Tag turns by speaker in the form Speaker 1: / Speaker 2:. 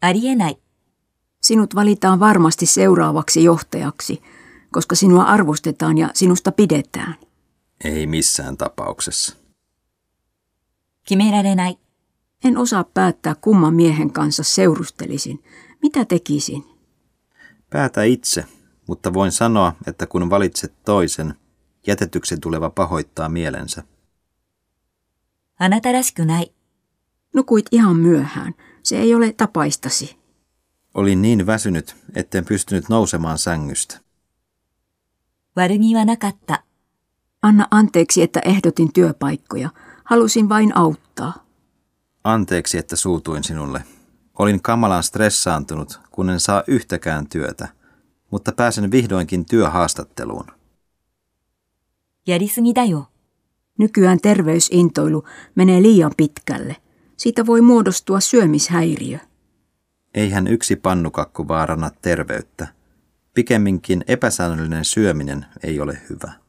Speaker 1: ありえない。
Speaker 2: Sinut valitaan varmasti seuraavaksi johtajaksi, koska sinua arvostetaan ja sinusta pidetään.
Speaker 3: Ei missään tapauksessa.
Speaker 1: 決められない。
Speaker 2: En osaa päättää, kumman miehen kanssa seurustelisin. Mitä tekisin?
Speaker 3: Päätä itse, mutta voin sanoa, että kun valitset toisen, jätetyksi tuleva pahoittaa mielensä.
Speaker 1: あなたらしくない。
Speaker 2: Nukuit ihan myöhään. Se ei ole tapaistasi.
Speaker 3: Olin niin väsynyt, etten pystynyt nousemaan sängystä.
Speaker 1: 悪気はなかった。
Speaker 2: Anna anteeksi, että ehdotin työpaikkoja. Halusin vain auttaa.
Speaker 3: Anteeksi, että suutuin sinulle. Olin kamalan stressaantunut, kun en saa yhtäkään työtä, mutta pääsen vihdoinkin työhaastatteluun.
Speaker 1: やりすぎだよ。
Speaker 2: Nykyään terveysintoilu menee liian pitkälle. Siitä voi muodostua syömishäiriö.
Speaker 3: Eihän yksi pannukakku vaaranna terveyttä. Pikemminkin epäsäännöllinen syöminen ei ole hyvä.